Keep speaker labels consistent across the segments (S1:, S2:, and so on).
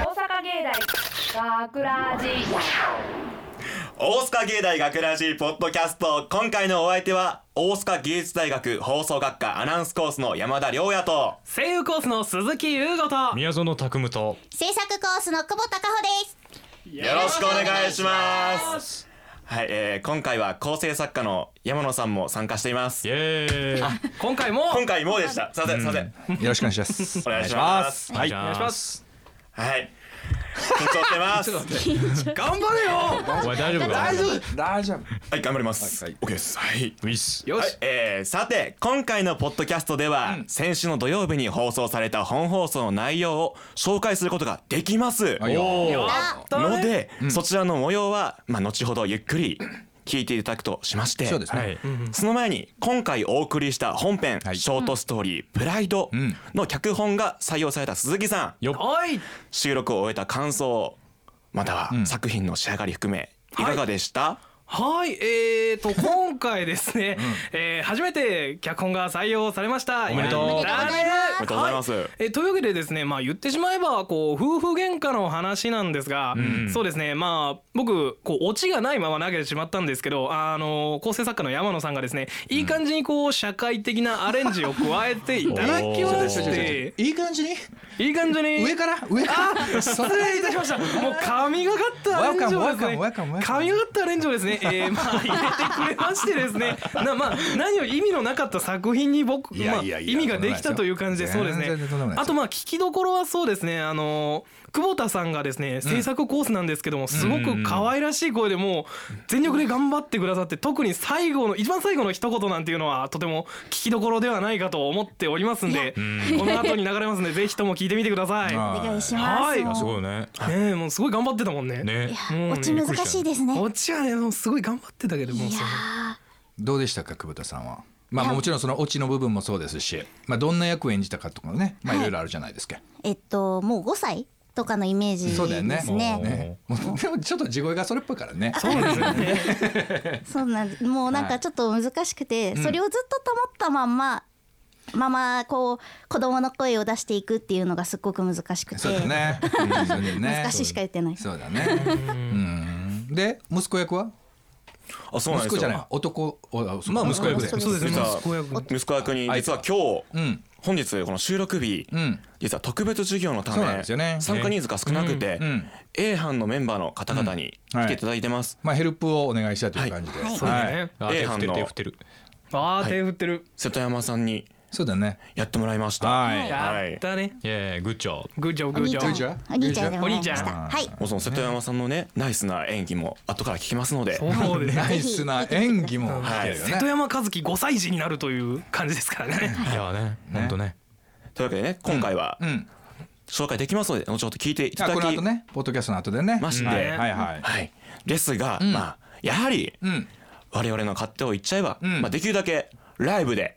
S1: 大学ラジ
S2: 大塚芸大学ラジポッドキャスト今回のお相手は大塚芸術大学放送学科アナウンスコースの山田亮也と
S3: 声優コースの鈴木優吾と
S4: 宮園拓夢と
S5: 制作コースの久保孝穂です
S2: よろしくお願いしますはい、えー、今回は構成作家の山野さんも参加しています
S4: イエーイお
S3: 今回も
S2: 今回もうでしたすいませんすいません
S6: よろしくお願いします。
S2: お願いします
S4: 願いし
S3: お願いし
S4: ま
S3: ますす
S2: はい 緊張してます
S3: 頑張れよ
S4: お前大丈夫か大丈夫
S6: 大丈夫。
S2: はい頑張ります、
S6: はいはい
S2: OK ですはい
S4: ウィス
S3: よ
S2: はい
S3: し、
S2: えーさて今回のポッドキャストでは、先週の土曜日に放送された本放送の内容を紹介することができます
S6: はいよ。
S3: やったね
S2: ので、そちらの模様は、まあ、後ほどゆっくり聞いていただくとしまして
S6: そうですね。
S4: はい
S2: その前に今回お送りした本編、
S6: はい
S2: ショートストーリー「プライド
S6: ん」
S2: の脚本が採用された鈴木さん
S4: よっ
S3: おい
S2: 収録を終えた感想または作品の仕上がり含めいかがでした、
S3: はいえーと今回ですね、えー初めて脚本が採用されました
S4: おめでとう
S3: や
S4: おめ
S5: でとうございます
S2: おめでとうございます
S3: はえーというわけでですねまあ言ってしまえばこう夫婦喧嘩の話なんですが、そうですねまあ僕こうオチがないまま投げてしまったんですけどあの構成作家の山野さんがですねいい感じにこう社会的なアレンジを加えていただきまし
S4: お
S3: て
S6: いい感じに
S3: いい感じに
S6: 上から上から。そ
S3: 失礼いたしました。 もう神がかったアレンジをですね。
S6: Welcome, welcome, welcome, welcome.
S3: 神がかったアレンジをですね、え ー、まあ入れてくれましてですね。なまあ何より意味のなかった作品に僕
S6: いやいや
S3: まあ
S6: いや
S3: 意味ができたという感じで
S6: と
S3: そう
S6: んで
S3: で
S6: も
S3: す
S6: ないですよ全然とんでも
S3: ね。
S6: ないですよ
S3: あとまあ聞きどころはそうですね。あの久保田さんがですね制作コースなんですけどもすごく可愛らしい声でもう全力で頑張ってくださって特に最後の一番最後の一言なんていうのはとても聞きどころではないかと思っておりますんで、この後に流れますのでぜひとも聞いてみてください。
S5: お
S6: あ
S5: 願いしま
S3: は
S5: す
S3: い
S5: もう
S4: すごいね
S3: ねえもうすごい頑張ってたもんね。
S4: ね
S3: うん
S5: オチ難しいですね
S3: オチはねもうすごい頑張ってたけどもうその
S6: どうでしたか久保田さんは。まあもちろんそのオチの部分もそうですし、まあどんな役を演じたかとかもね、まあいろいろあるじゃないですか。
S5: えっともう5歳とかのイメージですね
S6: そうだよね
S5: そう
S6: ねもうでもちょっと地声がそれっぽいからね。
S3: そうですよね。
S5: なんですもうなんかちょっと難しくて、それをずっと保ったまんまままこう子供の声を出していくっていうのがすっごく難しくて
S6: そうだね。うんそうだよね
S5: 難しいしか言ってない
S6: そうだね。うん。で息子役は
S2: あそうなん
S6: 息
S2: ですよ
S6: 子じゃない男を
S2: まあ息子役で
S5: そうです
S2: 実は
S3: 息子役
S2: 息子役に実は今日、
S6: うん
S2: 本日この収録日、
S6: うん
S2: 実は特別授業のた
S6: そうなん
S2: め、
S6: ですよね
S2: 参加人数が少なくて、
S6: うんうん
S2: A 班のメンバーの方々に
S6: うんは
S2: 来
S6: い
S2: ていただいてます、
S6: まあヘルプをお願いしたという感じで。
S5: はい
S3: そうだね。
S4: あ手
S2: A
S4: 振っ
S2: 班
S4: てる
S2: の
S4: 手振ってる
S3: あー手振ってる。
S2: 瀬戸山さんに
S6: そうだね。
S2: やってもらいました、
S6: はい
S2: はい
S3: やったね。
S4: イエーイグッジョブ
S3: グッジョブ
S5: お
S3: グッ
S5: 兄
S3: ジ
S5: ち
S3: ョ
S5: ゃ
S3: ブ。
S5: んお兄ちゃんでございまし
S3: お兄ちゃ
S5: た
S6: ん
S5: はい
S2: もうその瀬戸山さんのねナイスな演技も後から聞きますので
S3: そうですね。
S6: ナイスな演技も聞けるよ
S3: 瀬戸
S6: ね。
S3: 山和樹5歳児になるという感じですからね。
S4: いやね
S6: ね
S4: 本当ね
S2: というわけでね今回は
S6: うん。
S2: 紹介できますので後ほど聞いてい
S6: じゃ
S2: ただ
S6: あこの
S2: き、
S6: 後ね、ポッドキャストの後でね。
S2: まして
S6: はいはいはい。
S2: はい、ですが、まあやはり、
S6: うん。
S2: 我々の勝手を言っちゃえば、
S6: ん
S2: まあ、できるだけライブで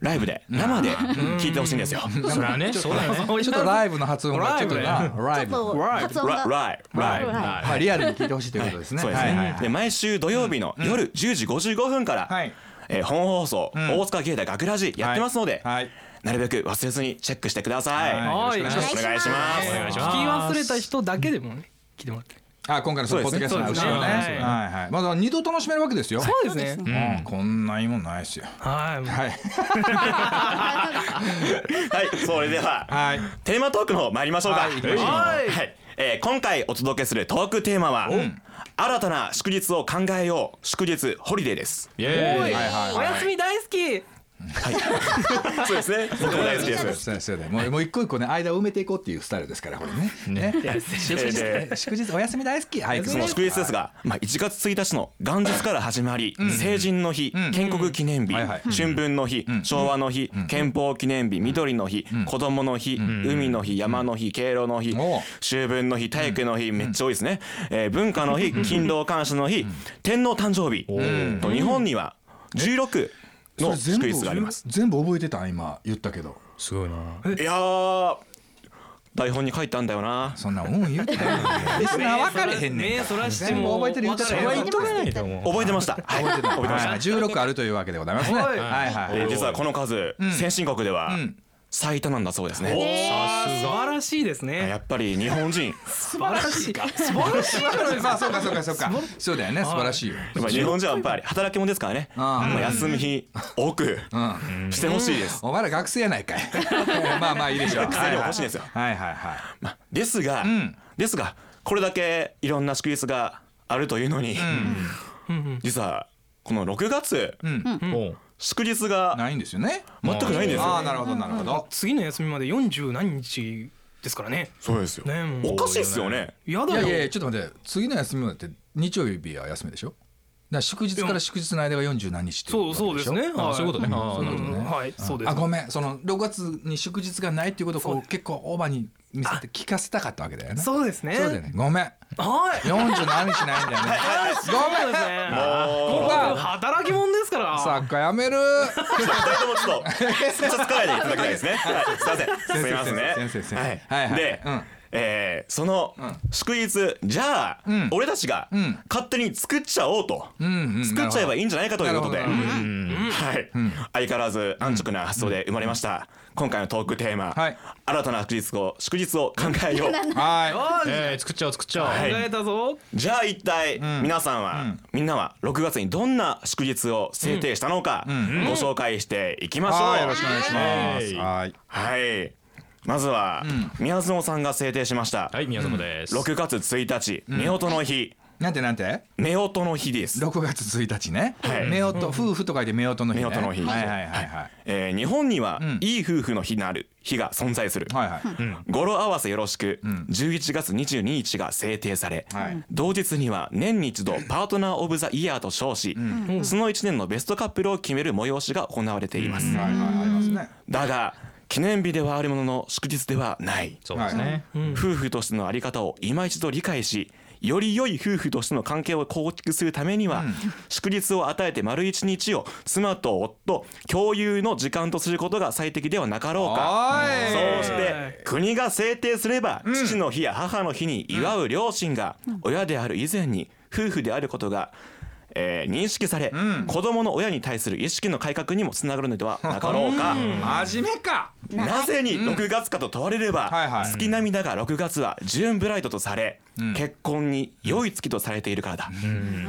S2: ライブで生で聞いてほしいんですよ。
S4: そりゃねそうだよ ね
S6: ちょっとライブの発音がちょっと
S3: ラ
S6: な、ライ
S5: ちょっ
S6: ブ。
S5: と発音
S2: ラ
S5: が
S2: ライライ
S5: はい
S6: はい、リアルに聞いてほしいということですね。
S2: そうです
S6: はいはい
S2: ね
S6: は。い
S2: で毎週土曜日の夜10時55分から、
S6: はい
S2: えー本放送、大塚芸大学ラジやってますので、
S6: はいはい
S2: なるべく忘れずにチェックしてください。
S6: はいよろしくお願いします
S2: お願いします。
S4: お願いし
S3: 聞き
S4: ます
S3: 忘れた人だけでもね聞いてもらって。
S6: あ、今回のそのポッドキャストの後ろね。
S3: そう
S6: は
S3: です
S6: い
S3: ね
S6: はい。まだ二度楽しめるわけですよ。
S3: そうですね。
S6: ね。うん、こんないいもんないですよ。
S3: はい。
S6: はい。
S2: はい、それでは、
S6: はい
S2: テーマトークの方参りましょうか。
S6: はい行きましょう
S2: はいはいえー今回お届けするトークテーマは、新たな祝日を考えよう祝日ホリデーです。
S4: イエーイ
S6: はいはい。
S3: お休み大好き。
S2: はい、 そうですね。僕も大好きです。
S6: そうですそうですもうもう一個一個ね間を埋めていこうっていうスタイルですからこれね。ね。祝
S2: えーで
S6: 日祝日お休み大好き。はい。
S2: その祝日ですが、まあ、1月1日の元日から始まり、成人の日、建国記念日
S6: はいはい、
S2: 春分の日、昭和の日、憲法記念日、緑の日、子供の日、海の日、山の日、敬老の日
S6: おう、
S2: 秋分の日、体育の日、めっちゃ多いですね。えー文化の日、勤労感謝の日、天皇誕生日。と日本には16の
S6: それ全
S2: 祝
S6: 部
S2: 日があります。
S6: 全部覚えてた今言ったけど
S4: すごいない
S2: やー、台本に書いてあんだよな。
S6: そんなうん言うてたよリスナー分かれへんねん
S3: ねそらして
S6: 全部
S3: も
S6: 覚えてる言うてた
S3: 分
S6: よ
S3: かれ
S6: 覚
S3: へん
S6: え
S4: ないと思う
S2: 覚えてま した。はい、覚えてました。
S6: 16あるというわけでございますね
S3: は
S6: はいい
S2: え
S6: は
S2: ー
S6: い
S2: 実はこの数、先進国では
S6: ん
S2: 最多なんだそうですね。
S4: さす
S3: 素
S4: が
S3: 晴らしいです
S2: や
S3: ね
S2: っぱり日本 人、
S3: 素晴らしい素晴らしい
S6: まあそうかそうかそうかそうだよね素晴らしいよ
S2: やっぱり日本人はやっぱり働き者ですからね。
S6: ああ
S2: まあ休み日多く
S6: うん
S2: してほしいです。
S6: お前ら学生やないかいまあまあいいでしょう
S2: 学生でも欲しいですよ
S6: はいはいはい
S2: まあですが、
S6: ん
S2: ですがこれだけいろんな祝日があるというのに、実はこの6月
S4: おう
S2: 祝日が
S6: ないんですよね
S2: 全くないんですよ。
S6: ああなるほどなるほど
S3: 次の休みまで40何日ですからね
S2: そうですよ。
S3: ねもう
S2: おかしいですよね。
S3: や
S6: い
S3: だ
S6: や
S3: よ
S6: いやいやちょっと待って次の休みまでって日曜日は休みでしょだから祝日から祝日の間が40何日ってい
S3: そうそうですね
S4: あ
S3: は
S4: そういうことねあー
S3: うん
S4: なるほどね
S3: はいそうです
S6: あごめんその6月に祝日がないっていうことをこう結構オーバーに見せて聞かせたかったわけだよね
S3: そうですね
S6: そうだよねごめん
S3: はい
S6: 40何日ないんだよね
S3: そうですね
S2: もう
S3: 僕働き者ですから
S6: サッカー やめる
S2: 二人ともちょっとちょっと疲れていただきたいですね。は い、すいません。すみませんね。
S6: 先生先生先生
S2: は。
S6: はいいはい
S2: で、
S6: うん
S2: えーその祝日じゃあ、
S6: ん
S2: 俺たちが
S6: ん
S2: 勝手に作っちゃおうと、
S6: んうん
S2: 作っちゃえばいいんじゃないかということで、
S6: なるほど
S2: はい、相変わらず安直な発想で生まれました。今回のトークテーマ、
S6: はい
S2: 新たな祝日を祝日を考えよう。
S6: は
S3: あー
S4: えー作っちゃおう作っちゃおう
S2: は
S3: 考
S2: い
S3: えたぞ
S2: じゃあ一体皆さんは、みんなは6月にどんな祝日を制定したのか、ご紹介していきま
S6: い
S2: しょう。
S6: はいよろしくお願いします
S4: は
S6: はい
S2: はい。まずは、宮園さんが制定しました。
S4: はい宮園です
S2: 6月1日、夫婦の日、
S6: なんてなんて
S2: 夫婦の日です。
S6: 6月1日ね
S2: はい
S6: 夫婦夫婦と書いて夫婦の日ね
S2: 夫婦の日
S6: はいはいはいはい
S2: えー日本には、
S6: ん
S2: いい夫婦の日なる日が存在する。
S6: はいはい
S2: 語呂合わせよろしく、11月22日が制定され、
S6: はい
S2: 同日には年に一度パートナー・オブ・ザ・イヤーと称し、その1年のベストカップルを決める催しが行われています、
S6: はいはいありますね
S2: だが記念日ではあるものの祝日ではない、
S4: そうですね
S2: 夫婦としてのあり方を今一度理解しより良い夫婦としての関係を構築するためには、祝日を与えて丸一日を妻と夫共有の時間とすることが最適ではなかろうかそ
S6: は
S2: うして国が制定すれば父の日や母の日に祝う両親が親である以前に夫婦であることが、えー認識され、子供の親に対する意識の改革にもつながるのではなかろうか。
S6: い真面目か
S2: なぜに6月かと問われれば、
S6: はいはい
S2: 月並みだが6月はジューンブライドとされ、結婚に良い月とされているからだ、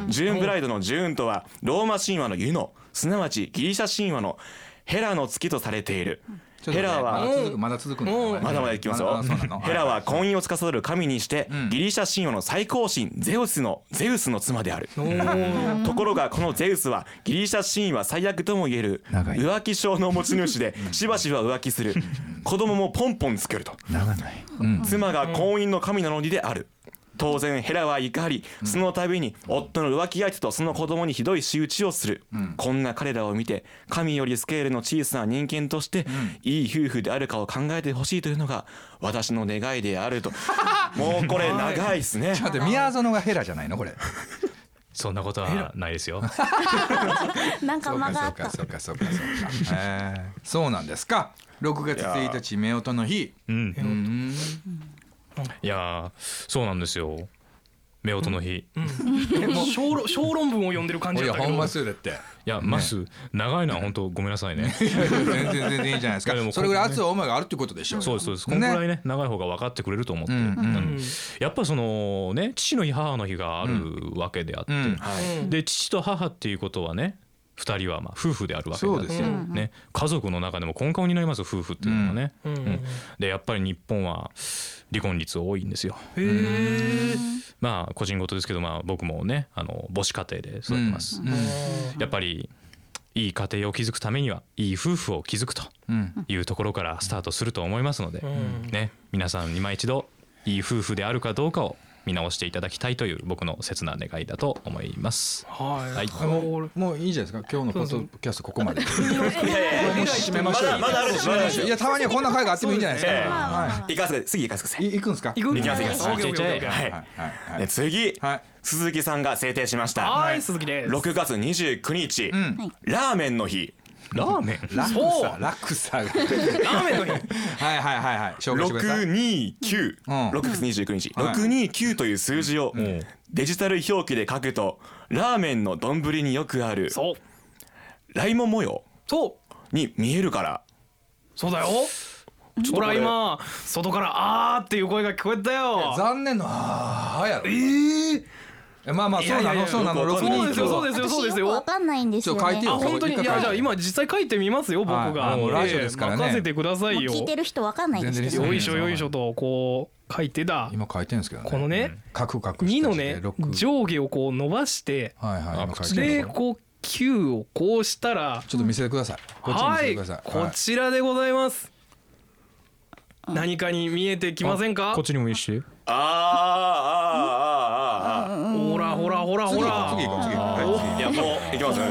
S2: ジューンブライドのジューンとはローマ神話の湯のすなわちギリシャ神話のヘラの月とされている、
S6: ちょっ
S2: ヘ
S6: と待って
S2: ラは
S6: まだ続くまだ続くの
S2: まだまだいきますよ
S6: あそう なの。
S2: ヘラは婚姻を司る神にして、ギリシャ神話の最高神ゼウスのゼウスの妻である。ところがこのゼウスはギリシャ神話最悪とも言える
S6: 長い
S2: 浮気症の持ち主でしばしば浮気する。子供もポンポンつけると。
S6: 長ない
S2: 妻が婚姻の神なのにである。当然ヘラは怒りその度に夫の浮気相手とその子供にひどい仕打ちをする、こんな彼らを見て神よりスケールの小さな人間としていい夫婦であるかを考えてほしいというのが私の願いである ともうこれ長いですね
S6: 待って宮園がヘラじゃないのこれ
S4: そんなことはないですよ
S5: なんか
S6: そう
S5: 間
S6: か
S5: があ
S6: そう
S5: った
S6: かそうかそうかそうかへえそうなんですか6月1日夫婦の日
S4: うん
S6: うん
S4: いやーそうなんですよ夫婦の日い
S3: 小論小論文を読んでる感じ
S6: い
S3: だ
S6: や
S3: ったけ
S6: 本
S3: ど
S6: 間数だって
S4: やまず長いのは本当ごめんなさいね
S6: いやいや全然全然いいじゃないです
S4: いやでも
S6: かそれぐらい熱い思いがあるってことでしょ
S4: そうですそうですこんぐらいね長い方が分かってくれると思って
S6: うんうん
S4: うんやっぱそのね父の日母の日があるわけであって
S6: うん
S4: で父と母っていうことはね2人はまあ夫婦であるわけだ
S6: そうですよ
S4: ね、家族の中でも根幹を担います夫婦っていうのはね、
S3: ん
S4: うんでやっぱり日本は離婚率多いんですよ
S3: へえ
S4: まあ個人事ですけど、まあ、僕もねあの母子家庭で育ってます、
S6: うん
S4: やっぱりいい家庭を築くためにはいい夫婦を築くと
S6: うん
S4: いうところからスタートすると思いますので、ね、皆さん今一度いい夫婦であるかどうかを見直していただきたいという僕の切な願いだと思います。
S3: はい
S4: はい
S6: あもうもういいじゃないですか今日のポッドキャストここまでこれもう締めま
S2: ま
S6: しょう
S2: だまだあるでしょまだあるでしょ
S6: いやたまにはこんな会があってもいいんじゃないですか
S2: そうですね
S6: は
S2: 行かせて次行かせてくださ
S6: い
S2: い
S6: い行くんですか
S3: 行くん
S2: 行きます
S3: ね
S2: 行きます
S3: オッケーオッケーオッケー
S2: はい、
S6: はいはいは
S2: で
S6: い
S2: 次、
S6: はい
S2: 鈴木さんが制定しました、
S3: はい鈴木です
S2: 6月29日、
S6: ん
S5: はい
S2: ラーメンの日
S4: ラーメン
S6: ラク
S3: そ
S6: サラクサがは
S3: ラーメンの日
S6: いはいはいはい紹介してください
S2: 629、
S6: うん
S2: 6月29日、
S6: はい
S2: 629という数字を
S4: ん
S2: デジタル表記で書くとラーメンの丼によくある
S3: そう
S2: ライモ模様
S3: そう
S2: に見えるから
S3: そうだよほら今外から「あー」っていう声が聞こえたよ
S6: 残念のあーやろ
S3: えー、
S6: まあまあ
S3: い
S6: そ
S3: や
S6: う
S3: いや
S6: ない
S3: や
S6: のそうなの
S2: よくわかんない
S6: 6人
S3: そうですよ
S5: 私
S3: そうです
S5: よ
S3: よ
S5: くわかんないんですよね
S6: ちょっと書いて
S3: あ
S6: よ
S3: 本当にい
S6: 一
S3: やじ
S6: 回書いて
S3: ゃあ今実際書いてみますよ僕
S6: はい
S3: が、
S6: あもうラジオですからね
S3: 任せてくださ
S5: もう
S3: いよ
S5: 聞いてる人わかんないですけ
S6: 全然
S5: ど
S6: です
S3: よいしょよいしょとこう書いてだ
S6: 今書いてるんですけどね
S3: このね
S6: カクカク
S3: 2
S6: した
S3: の
S6: 字で
S3: ね
S6: 六
S3: 上下をこう伸ばして
S6: はいはい今書いてる
S3: でこう9をこうしたら
S6: ちょっと見せてくださいこっち見せ
S3: は
S6: て
S3: い
S6: ください
S3: こちらでございます何かに見えてきませんか
S4: こっちにもいいし
S2: あああああ
S3: ほらほらほらほ
S6: 次
S3: ら
S6: 次行こう次
S2: あ
S6: 行こう
S2: ああいやもういきますね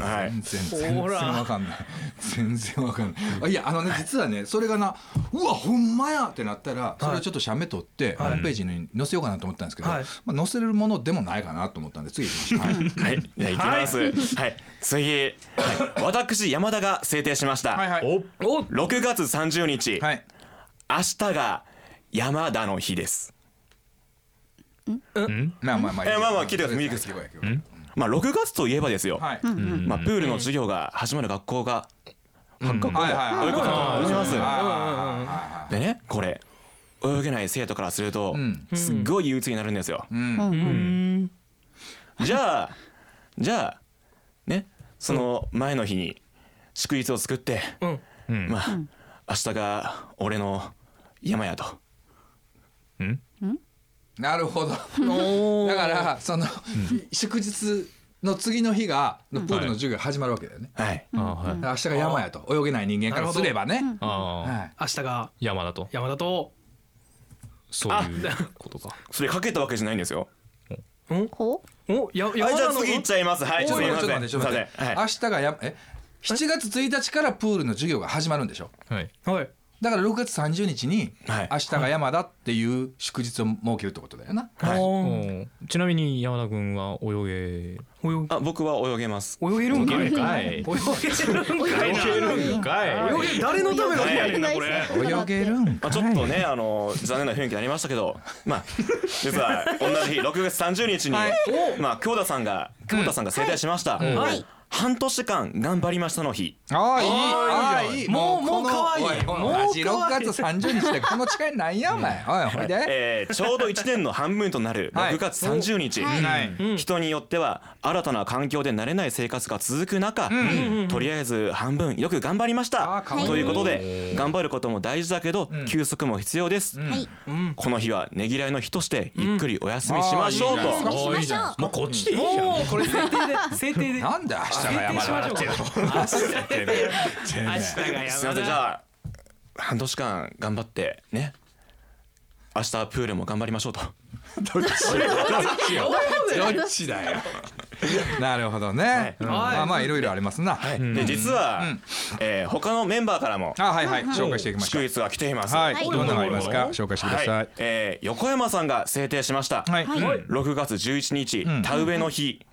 S2: はい
S6: 全然全然
S3: ほら
S6: わかんない全然わかんないあいやあのね実はねそれがなうわほんまやってなったらそれをちょっと写メ撮ってホームページに載せようかなと思ったんですけど、
S3: はい
S6: まあ、載せれるものでもないかなと思ったんで次行きましょう
S2: はい、じゃあ行きます。はい、次、はい、私山田が制定しました。
S6: はいはい
S2: お、
S3: お
S2: 六月三十日、
S6: はい、はい、
S2: 明日が山田の日です。
S6: まあまあまあ
S2: えまあまあ聞いてください
S6: 見
S2: 見てくださいまあ六月といえばですよ。
S6: はい
S2: まあプールの授業が始まる学校が、
S4: うん
S6: はいはい
S2: そういうことだと思います。
S6: は
S2: でね、これ泳げない生徒からすると、
S6: ん
S2: すっごい憂鬱になるんですよ。
S3: うーん
S2: じゃあ、じゃあね、その前の日に祝日を作って、
S3: うん
S2: まあ明日が俺の山やと。
S6: いなるほど
S3: お
S6: だ
S3: ー
S6: からその祝日の次の日がプールの授業が始まるわけだよね
S2: はい。
S4: あはい
S6: 明日が山やと泳げない人間からすればね
S4: あ
S6: はい
S3: 明日が
S4: ー山だと
S3: 山田と
S4: そういうことか
S2: それかけたわけじゃないんですよ。
S5: こう
S3: おや山
S2: はい、じゃ
S3: 田
S2: あ
S3: の
S2: 次行っちゃいます。はい、ちょっ
S6: おいおい
S2: とすいません。
S6: ちょっと待って
S2: す
S6: ち
S2: いません
S6: ょっと待って明日がやえ7月1日からプールの授業が始まるんでしょ
S4: はい
S3: はい
S6: だから6月30日に
S2: はい
S6: 明日が山だっていう祝日を設けるってことだよな
S2: はい
S3: お
S4: おちなみに山田君は泳
S3: ー
S2: あ、僕は泳げます。
S3: 泳げるんかい
S4: 泳げるんかい
S3: 泳げるんかいな
S4: げかい
S3: 泳げ誰のための日やねんなこれ
S6: 泳げるん
S2: ま
S6: か
S2: あ、ちょっとね、あの残念な雰囲気になりましたけど、まあ実は同じ日6月30日に、まあ久保田さんが久保田さんが制定しました。
S5: はい
S2: 半年間頑張りましたの日。
S6: ああいいああ
S3: い
S6: い
S3: い
S6: い
S3: もう
S6: この
S3: もう可愛い
S6: おお
S3: もう
S6: 同じ6月30日でこの誓いなんやお前おいほいで
S2: えーちょうど1年の半分となる
S6: はい
S2: 6月30日、
S5: はい
S6: はい
S2: うん人によっては新たな環境で慣れない生活が続く中、とりあえず半分よく頑張りまし
S6: あ
S2: た
S6: ーかわいい
S2: ということで頑張ることも大事だけど、休息も必要です、
S5: はい
S2: この日はねぎらいの日としてゆっくりお休みしましょうと、
S6: うんあーいいじゃないですか
S4: おーいいじゃないですかもう
S5: お願いしましょう
S4: こっちでいいじゃん
S3: もうこれ制定で制定で
S6: なんで明日が
S3: 制定
S6: 山
S3: し
S6: だ
S3: ましょうか明日が山田
S2: すいませんじゃあ半年間頑張ってね明日プールも頑張りましょう と
S6: どっちだよ。なるほどね。うん
S3: はい
S6: まあまあいろいろありますな。はい。
S2: で実は、えー他のメンバーからも
S6: あはいはい紹介していきましょ
S2: 祝
S6: う。
S2: 日が来ています、
S6: はい。
S5: い
S6: どんなのがありますか紹介してくださ
S2: はいい。えー横山さんが制定しました、
S6: はい。
S2: 6月11日、
S6: ん
S2: 田植えの日、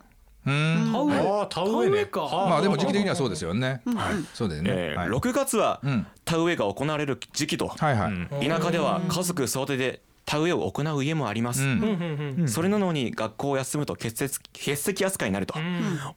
S6: うん。
S3: 田植え
S4: あー田植えね
S3: か
S6: まあでも時期的にはそうですよね。はい。そうだよね
S2: え。
S6: はい
S2: ー、6月は
S6: ん
S2: 田植えが行われる時期と、
S6: はいはい。
S2: 田舎では家族総出で田植えを行う家もあります、
S6: うん
S3: うんうんうん
S2: それなのに学校を休むと欠席欠席扱いになると、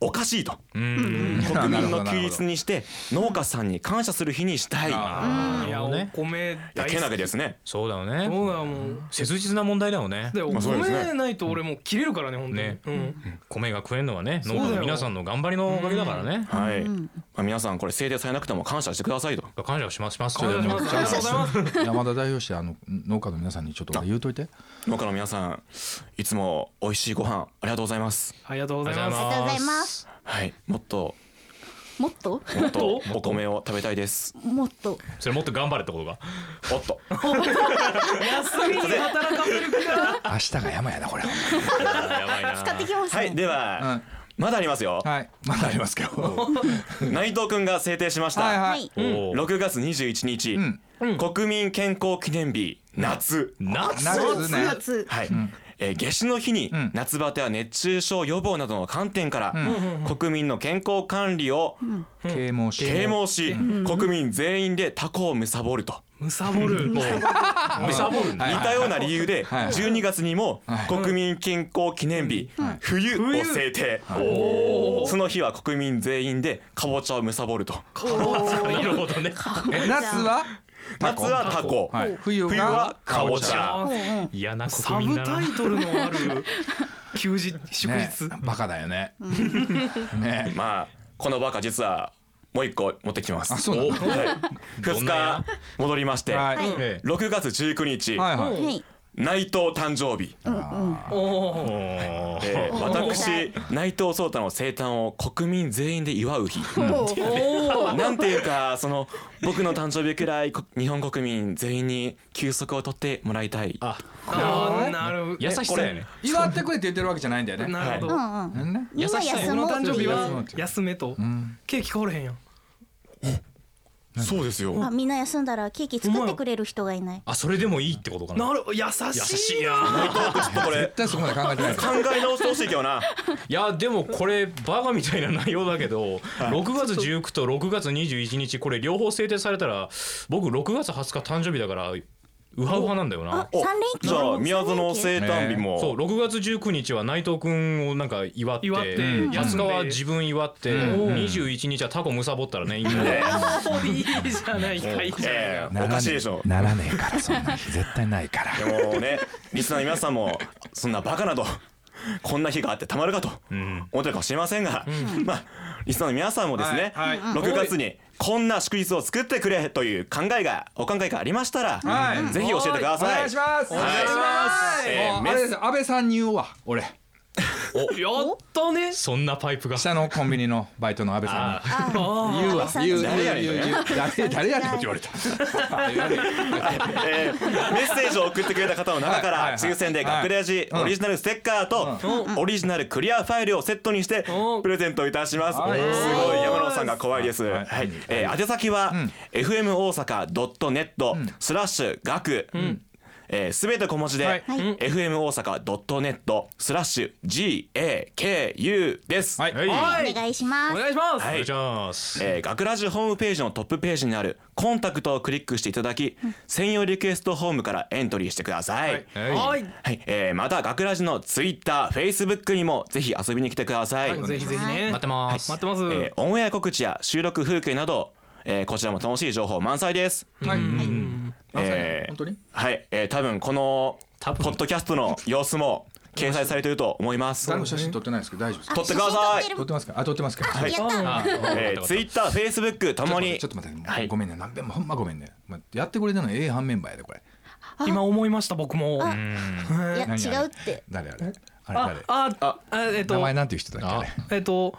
S2: おかしいと、国民の休日にして農家さんに感謝する日にしたいいや
S3: いやお米大
S2: けな
S3: 好
S2: げ
S3: き
S2: ですね
S4: そうだよ
S3: そう
S4: ね
S3: だもん
S4: 切実な問題だよね
S3: でお
S2: そうですね
S3: 米ないと俺もう切れるからね本当に
S4: ね
S3: うん
S4: 米が食えんのはね
S3: うだ
S4: 農
S3: よ
S4: 家の皆さんの頑張りのおかげだからね
S2: はい、まあ、皆さんこれ制定されなくても感謝してくださいと
S4: 感謝しますします
S3: 感謝しますありがとうございます
S6: 山田代表してあの農家の皆さんにちょっと言うといて。
S2: 農家の皆さんいつも美味しいご飯ありがとうございます
S3: ありがとうござい
S4: あり
S3: ま
S4: が
S5: ありがとうございます
S2: はいもっと
S5: もっと
S2: もっとお米を食べたいです
S5: もっと
S4: それもっと頑張れってことか
S2: おっと
S3: す休みに働かせる気が
S6: 明日が山やなこれ。
S4: やばいな
S5: 使ってきます
S2: はい
S5: ね
S2: では、まだありますよ、
S6: はい。まだありますけど。
S2: 内藤くんが制定しました、
S6: はいは
S5: はいい。
S4: おー
S2: 6月21日、
S6: ん
S2: 国民健康記念日夏、
S4: 夏
S6: 夏ね。
S5: 夏
S2: はい、えー、夏至の日に
S6: ん
S2: 夏バテや熱中症予防などの観点から、国民の健康管理を
S6: 啓蒙し。
S2: 啓。蒙し、国民全員でタコを貪ると、
S3: むさぼる
S4: もうむさぼる
S6: はい
S2: 似たような理由で
S6: はい
S2: 12月にも
S6: はい
S2: 国民健康記念日冬を制定その日は国民全員でかぼちゃをむさぼると
S4: なるほどね
S6: え夏はタコ
S2: 夏はタコ、
S6: はい、冬
S2: 冬はかぼちゃ
S3: あ
S5: うんうん
S4: 嫌な
S3: サ
S4: 国民
S3: ブ
S4: だ
S3: タ
S4: な
S3: イトルのある休日祝
S6: ね
S3: 日、、
S6: バカだよね。ね、
S2: まあこのバカ実はもう一個持ってきます
S6: あそうなの
S2: おはい、
S4: どん
S2: 2
S4: な
S2: 日
S4: や
S2: 戻りまして、
S6: はい、
S5: はい
S4: ええ
S2: 6月19日、
S6: はいは。
S5: はいい
S2: 内藤誕生日、
S3: おおー
S4: おー
S2: えー
S5: お
S2: 私内藤壮太の生誕を国民全員で祝う日
S3: おー
S2: なんていうかその僕の誕生日くらいこ日本国民全員に休息を取ってもらいたい
S4: あ
S3: あーなるほど
S4: 優しさやね
S6: 祝ってくれって言ってるわけじゃないんだよね。
S3: なるほ
S5: う
S3: ど、
S5: んうん
S6: なんね。
S5: みんな休
S3: 俺
S5: も
S3: の
S5: う
S3: 誕生日
S6: 休もう
S3: は
S6: って
S3: 休めと、
S6: ん
S3: ケーキ買われへんやん
S2: そうですよ
S5: あみんな休んだらケーキ作ってくれる人がいない
S4: あそれでもいいってことかな
S3: なる優しい
S4: 優しいな
S2: ちょっとこれ
S6: 絶対そこまで考えてない。
S2: 考え直してほしいけどない
S4: やでもこれバカみたいな内容だけど6月19と6月21日これ両方制定されたら僕6月20日誕生日だからウハウハなんだよな
S5: あ三連休
S2: じゃあ宮園の生誕日も、
S4: そう6月19日は内藤君をなんか祝って
S3: 祝って
S4: 20日は自分祝って
S3: うん
S4: 21日はタコむさぼったらねいいんだね
S3: おーいいじゃないかいいじゃない
S2: え
S3: か
S2: えおかしいでしょ
S6: ならねえから、そんな日絶対ないから。
S2: でもねリスナーの皆さんもそんなバカなどこんな日があってたまるかと
S4: うん
S2: 思ってるかもしれませんが、まあリスナーの皆さんもですね、
S6: はいはい
S2: 6月にこんな祝日を作ってくれという考えがお考えがありましたら、
S6: はい
S2: ぜひ教えてくだ
S6: お
S2: さい。
S6: 願いします。
S2: はい
S6: お願いします
S2: えー
S6: もう
S2: メ
S6: あ
S2: ッ
S6: れです、安倍さんに言うわ、俺。
S3: やったね
S4: そんなパイ プが
S6: 下のコンビニのバイトの安倍さんに
S4: あ。
S5: あ
S3: あ
S6: 言うわ、言う、言う、
S2: 誰やねん
S6: 言う、言う、誰、誰やねんって言われた。
S2: えーメッセージを送ってくれた方の中か
S6: はいはい
S2: ら
S6: はい
S2: 抽選で学レジ
S6: うん
S2: オリジナルステッカーとオリジナルクリアファイルをセットにして
S3: お
S2: プレゼントいたします。す
S6: は
S2: ご
S6: い
S2: い山野さんが怖いです。
S6: はい
S2: はい。えー宛先は fm 大阪ドットネットスラッシュ学えーすべて小文字
S6: はい
S2: で fm 大阪ドットネットスラッシュ g a k u です。
S6: はい
S4: はい
S3: は
S5: お
S3: い
S5: 願いしま
S3: お
S5: す
S3: 願いします、
S4: お願いします
S2: えー、学ラジホームページのトップページにあるコンタクトをクリックしていただき、専用リクエストフォームからエントリーしてください。はい、
S3: は
S4: はい
S3: い
S2: えーまた学ラジのツイッター、フェイスブックにもぜひ遊びに来てください。
S3: ぜひぜひね
S4: 待ってます
S3: 待ってます、
S2: えーオンエア告知や収録風景など、えーこちらも楽しい情報満載です。
S6: はい。
S2: えー
S6: 本当に。
S2: はい、えー多分このポ
S4: 多分
S2: ッドキャストの様子も掲載されていると思います。
S6: 誰も写真撮ってないですけど、大丈夫ですか。
S2: 撮ってください
S5: 写真撮って
S6: 撮ってますか。あ、撮ってますか。
S2: はい
S5: るやった
S4: あわかったわ
S2: え
S4: かった
S2: ツイッター、フェイスブックともに
S6: ちょっと待ってちょっと待って、
S2: はい
S6: ごめんね何遍もほんまごめんね、まやってくれたのええ反メンバーやでこれ
S3: 今思いました僕も
S5: いや
S6: 何
S5: 違うって
S6: 誰あれあれ
S3: あ
S6: 誰
S3: ああえっと
S6: 名前なんていう人だっけあれ
S3: えっと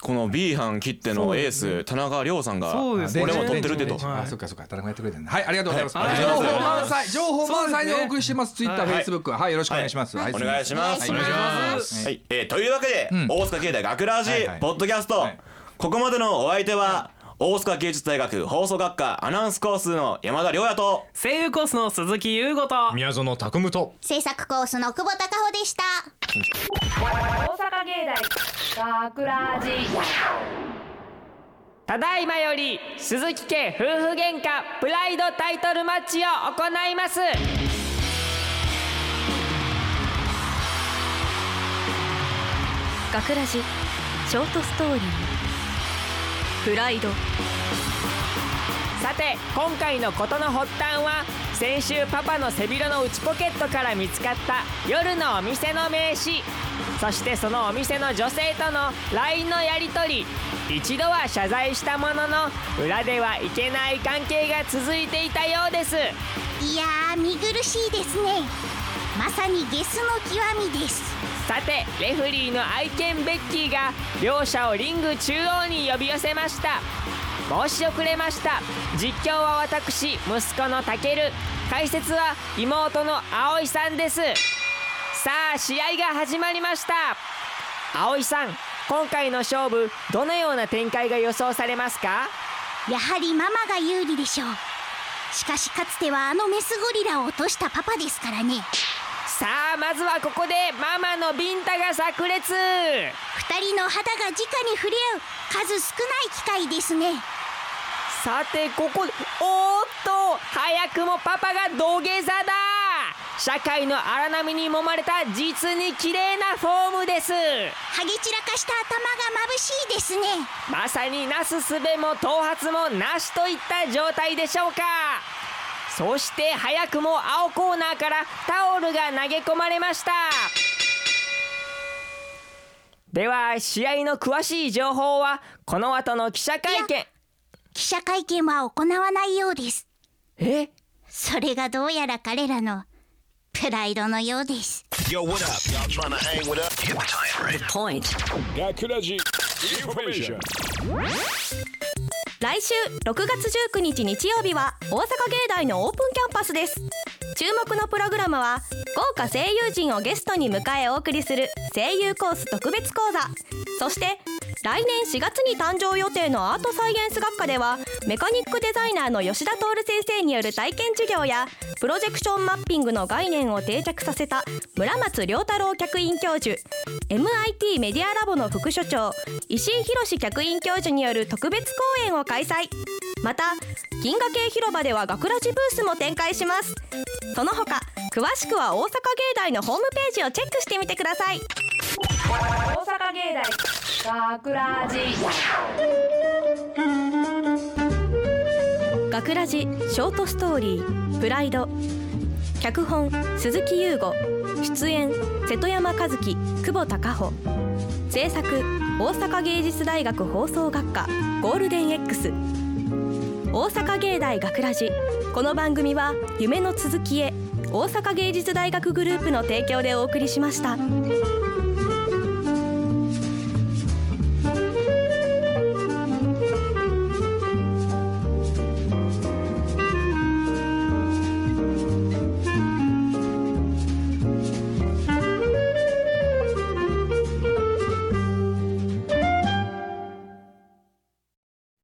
S2: この B 班切ってのエース田中亮さんが
S3: そう
S2: 俺
S3: ですね
S2: も撮ってるって
S3: 電
S2: と
S3: 池電池
S6: あそっかそっか誰もやってくれてるはいありがとうございます、
S3: はい
S6: 情報満載情報満載で
S3: そうですね
S6: お送りしてますツイッター
S3: は
S6: フ
S3: い
S6: ェイスブックはいよろしくお願いします、はい
S2: お願いします。
S5: お願いします
S2: はい、えーというわけで、
S6: ん
S2: 大塚経済学ラジ
S6: はいはい
S2: ポッドキャスト、
S6: はい
S2: ここまでのお相手は、大塚芸術大学放送学科アナウンスコースの山田亮也と
S3: 声優コースの鈴木優吾と
S4: 宮園拓夢と
S5: 制作コースの久保孝穂でした
S1: 大阪芸大学ラジ
S7: ただいまより鈴木家夫婦喧嘩プライドタイトルマッチを行います
S8: 学ラジショートストーリー「プライド」
S7: さて今回のことの発端は先週パパの背広の内ポケットから見つかった夜のお店の名刺そしてそのお店の女性との LINE のやり取り一度は謝罪したものの裏ではいけない関係が続いていたようです
S5: いやー見苦しいですねまさにゲスの極みです
S7: さてレフリーの愛犬ベッキーが両者をリング中央に呼び寄せました申し遅れました実況は私息子のタケル解説は妹の葵さんですさあ試合が始まりました葵さん今回の勝負どのような展開が予想されますか
S5: やはりママが有利でしょうしかしかつてはあのメスゴリラを落としたパパですからね
S7: さあまずはここでママのビンタが炸裂
S5: 二人の肌が直に触れ合う数少ない機会ですね
S7: さてここおーっと早くもパパが土下座だ社会の荒波に揉まれた実に綺麗なフォームです
S5: ハゲ散らかした頭が眩しいですね
S7: まさになすすべも頭髪もなしといった状態でしょうか
S9: そして早くも青コーナーからタオルが投げ込まれましたでは試合の詳しい情報はこの後の記者会見
S5: 記者会見は行わないようです
S9: え
S5: それがどうやら彼らのプライドのようです Yo, what up? Y'all trying to hang with us? Hip time, right? The point. Gakuraji.
S7: Information. 来週6月19日日曜日は大阪芸大のオープンキャンパスです注目のプログラムは豪華声優陣をゲストに迎えお送りする声優コース特別講座そして来年4月に誕生予定のアートサイエンス学科ではメカニックデザイナーの吉田徹先生による体験授業やプロジェクションマッピングの概念を定着させた村松良太郎客員教授 MIT メディアラボの副所長石井博客員教授による特別講演を開催また銀河系広場では学ラジブースも展開しますその他詳しくは大阪芸大のホームページをチェックしてみてください
S1: 大阪芸大学ラジ
S7: 学ラジショートストーリー「プライド」脚本鈴木優吾出演瀬戸山和樹久保孝穂制作大阪芸術大学放送学科ゴールデン X 大阪芸大学ラジこの番組は夢の続きへ大阪芸術大学グループの提供でお送りしました。